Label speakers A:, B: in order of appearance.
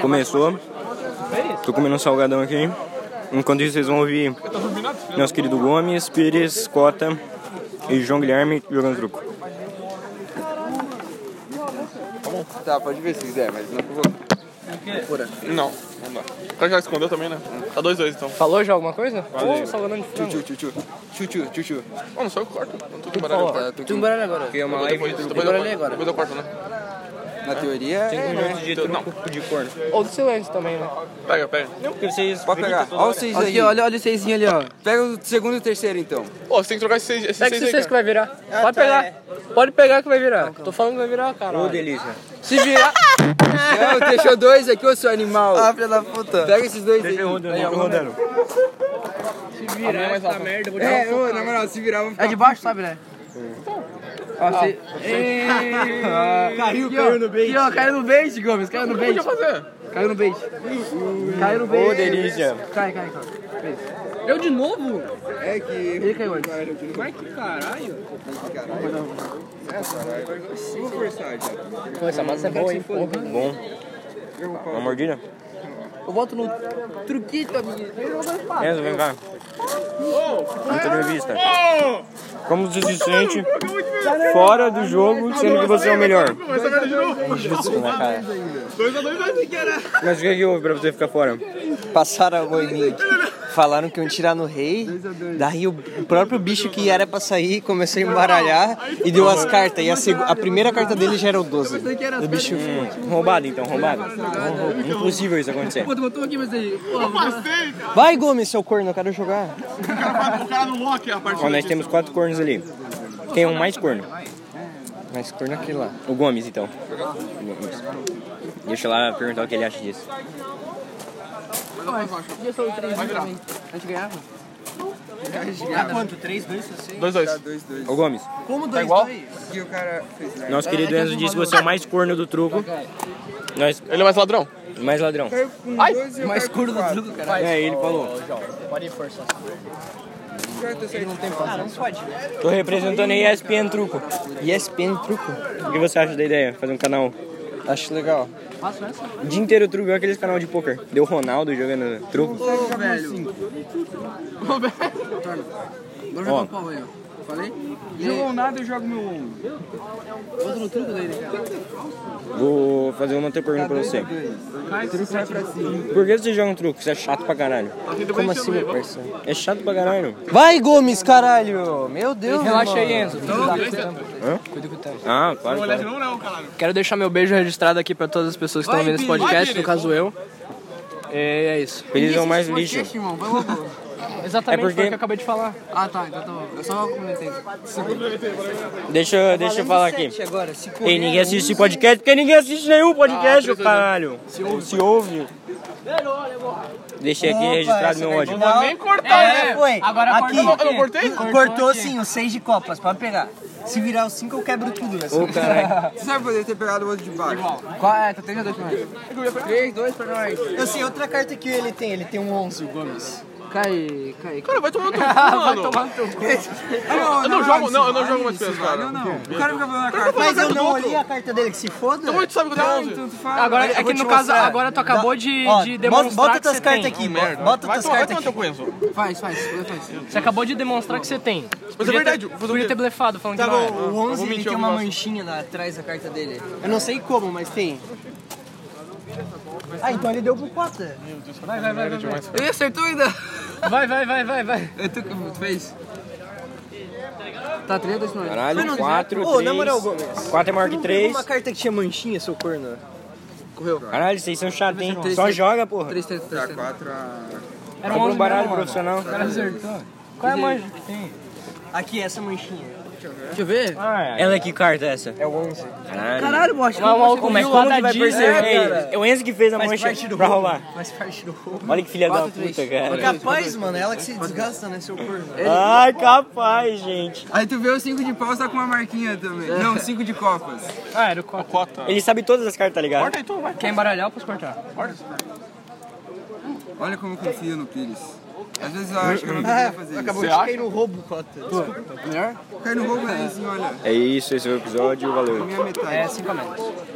A: Começou. Tô comendo um salgadão aqui. Enquanto isso, vocês vão ouvir nosso querido Gomes, Pires, Cota e João Guilherme jogando truco.
B: Tá, pode ver se quiser, mas não vou.
C: Não, não dá. O cara já escondeu também, né? Tá 2-2 então.
D: Falou já alguma coisa? Ô, salgadão de frango.
B: Tchu, tchu, tchu. Tchu, tchu, tchu, tchu.
C: Ó, não sou eu que corto. Não tô com baralho. eu corto.
B: Tá, tu-
D: Tem um baralho agora.
A: é uma
C: Depois, depois, eu
D: baralho
C: corto.
D: agora.
C: depois eu corto, né?
B: Na teoria, é, né?
A: de truco de corno.
D: Ou do silêncio também, né?
C: Pega, pega.
A: Porque vocês...
B: Pode pegar. Olha o 6 aí.
D: olha o seisinho ali, ó.
B: Pega o segundo e o terceiro, então.
C: Ô, você tem que trocar esses seis, esses
D: Pega
C: seis
D: esse
C: aí,
D: seis que
C: cara.
D: vai virar. Pode pegar. Pode pegar que vai virar. Tô falando que vai virar, cara.
A: Ô, delícia.
D: Se virar.
B: Não, deixou dois aqui, ô seu animal. Ah, filha da puta. Pega esses dois aí.
A: Aí, ó, rodando.
B: É, ô, na moral, se virar, vamos ficar...
D: É de baixo, sabe, né? Ó, se... Ah, Caiu, caiu no bait. ó, caiu no bait, Gomes. Caiu no bait.
C: fazer.
D: Caiu no bait. Caiu no bait.
A: Ô, delícia.
D: Cai, cai, cai. Eu de novo?
B: É que...
D: Ele caiu antes.
B: Mas que caralho. Vou forçar já.
D: Pô, essa massa é boa, hein? Porra.
A: Bom. Uma mordida?
D: Eu volto no truquito, amiguinho.
A: Enzo, É, vem cá. Entrevista. Como você se sente fora do jogo, sendo que você é o melhor? Justo, né, cara? Mas o que, é que houve pra você ficar fora?
E: Passaram a mão em mim aqui. Falaram que iam tirar no rei. Daí o o próprio bicho que era pra sair começou a embaralhar e deu as cartas. E a, seg- a primeira carta dele já era o 12. O bicho.
A: Hum, roubado então, roubado. Impossível é isso acontecer.
D: Pô, tu botou aqui, mas aí. Pô,
E: Vai, Gomes, seu corno, eu quero jogar.
C: O cara no lock é a parte
A: Ó, nós temos quatro cornos ali. Quem é o mais corno?
E: Mas corno é aquele lá.
A: O Gomes, então. O Gomes. Deixa eu lá perguntar o que ele acha disso.
D: eu sou o 3 também. A gente ganhava?
C: Dois, dois.
A: Ô Gomes,
C: Tá igual?
B: E o cara fez merda.
A: nosso querido Enzo disse que você é o mais corno do truco. Nós,
C: Ele é mais ladrão.
A: mais ladrão.
B: Caiu com dois e o
E: Mais
B: cara com
E: curto do
B: quatro.
E: truco, cara.
A: É, ele falou.
E: né?
A: Tô representando a ESPN Truco.
E: ESPN truco.
A: O que você acha da ideia? Fazer um canal
E: Acho legal.
A: o dia inteiro truco, igual aqueles canal de poker. Deu Ronaldo jogando truco.
D: Agora
A: Ó.
D: jogou um pau aí, ó. Falei? Jogou nada, eu jogo meu ombro. Outro no truco dele, cara.
A: Vou fazer uma outra pergunta pra você. Por que você joga um truco? Isso é chato pra caralho.
E: Como assim, meu parceiro?
A: É chato pra caralho.
E: Vai, Gomes, caralho! Meu Deus,
D: Relaxa
E: irmão. Então,
D: aí, Enzo.
A: Tá. Ah, claro. claro.
D: Quero deixar meu beijo registrado aqui pra todas as pessoas que estão vendo esse podcast, no caso eu. É, é isso.
A: Eles são mais lixo.
D: Exatamente
A: É porque-
D: foi o que eu acabei de falar.
B: Ah, tá, então tá bom. Eu só comentei.
A: Deixa, deixa eu falar aqui.
E: Sete Agora, se correr,
A: Tem ninguém assiste podcast, porque ninguém assiste nenhum podcast, ô caralho. Se ouve. Deixei aqui
E: Opa,
A: registrado
E: essa é
A: meu
E: daí
A: ódio.
E: não-
C: Nem cortar,
E: É,
C: né?
E: foi.
D: Agora
E: aqui.
D: cortou.
C: Eu não cortei?
E: Cortou, sim, o 6 de copas, pode pegar. Se virar o 5, eu quebro tudo. Né?
A: Ô caralho.
B: Você sabe poder ter pegado o outro de baixo?
D: Qual é? Tá 3 a 2 pra nós. 3, 2 pra nós.
E: Eu sei outra carta que ele tem, ele tem um 11, o Gomes.
D: Cai, cai.
C: Cara, vai tomar no teu cu,
D: Ah,
C: mano.
B: não,
C: Eu não jogo, não, eu não jogo mais com esse cara.
B: Não, não. O cara fica falando na carta.
E: Mas eu não olhei a carta dele, que se foda.
C: Então tu sabe que eu tenho 11.
B: Tanto faz.
D: Agora, é
E: Eu vou
D: que
E: te
D: no caso,
E: mostrar.
D: agora tu acabou de,
E: Ó,
D: de
E: bota-
D: demonstrar
E: Bota
D: que você
E: tuas cartas
D: tem.
E: aqui,
C: Merda.
E: bota
C: Vai
E: tuas
C: tomar vai
E: cartas
C: tomar no teu
E: tá aqui.
C: cu, Enzo.
B: Faz, faz, faz.
D: Você acabou de demonstrar que você tem.
C: Mas é
D: Podia
C: verdade,
D: ter-
C: vou fazer o
D: Podia
C: quê?
D: ter blefado falando que
E: Tá
D: não é.
E: bom, o
C: Eu vou
E: 11 ele
C: mentir
E: tem
C: alguma
E: uma
C: coisa.
E: manchinha lá atrás da carta dele. Eu não sei como, mas tem. Ah, então ele deu pro cota.
B: Ele acertou ainda.
D: Vai, vai, vai, vai, vai.
B: É tu que fez?
D: Tá 3 a 2 pra nós.
A: Caralho,
E: Ô,
A: 4,
E: na moral,
A: 3.
E: Gomes.
A: 4 é maior que
E: não
A: 3.
E: uma carta que tinha manchinha, seu corno.
A: Caralho, vocês são chatos, hein? Só joga, porra.
B: 3, 3, 3. Tá 4 a...
D: Era
A: Compra
D: 11
A: um
D: mesmo,
A: baralho
D: mano.
A: profissional.
D: Qual é a manja?
E: Aqui, essa manchinha.
D: Deixa eu ver.
A: Ela que carta é essa?
E: É o 11.
A: Caralho.
D: Caralho, mocha.
A: Mas
D: Como
A: como é que vai perceber? É o Enzo que fez a
E: Faz
A: mancha
E: parte do
A: pra
E: rolo.
A: roubar.
E: Faz parte do rolo.
A: Olha que filha da
D: Quatro, três.
A: puta, cara.
E: Capaz, mano, é ela que se desgasta, né, seu corno?
A: Ai, capaz, gente.
B: Aí tu vê o 5 de pau, tá com uma marquinha também. Não, 5 de copas.
D: Ah, era o copo.
C: Cota.
A: Ele sabe todas as cartas, tá ligado?
C: Corta aí, tu vai.
D: Quer embaralhar ou posso cortar?
B: Olha como eu confio no Pires. Às vezes eu acho que eu não deveria fazer isso.
E: Acabou de cair no roubo, cota.
B: Cai no roubo aí, assim, olha.
A: É isso, esse foi o episódio. Valeu.
B: Minha metade.
D: É, 5 a menos.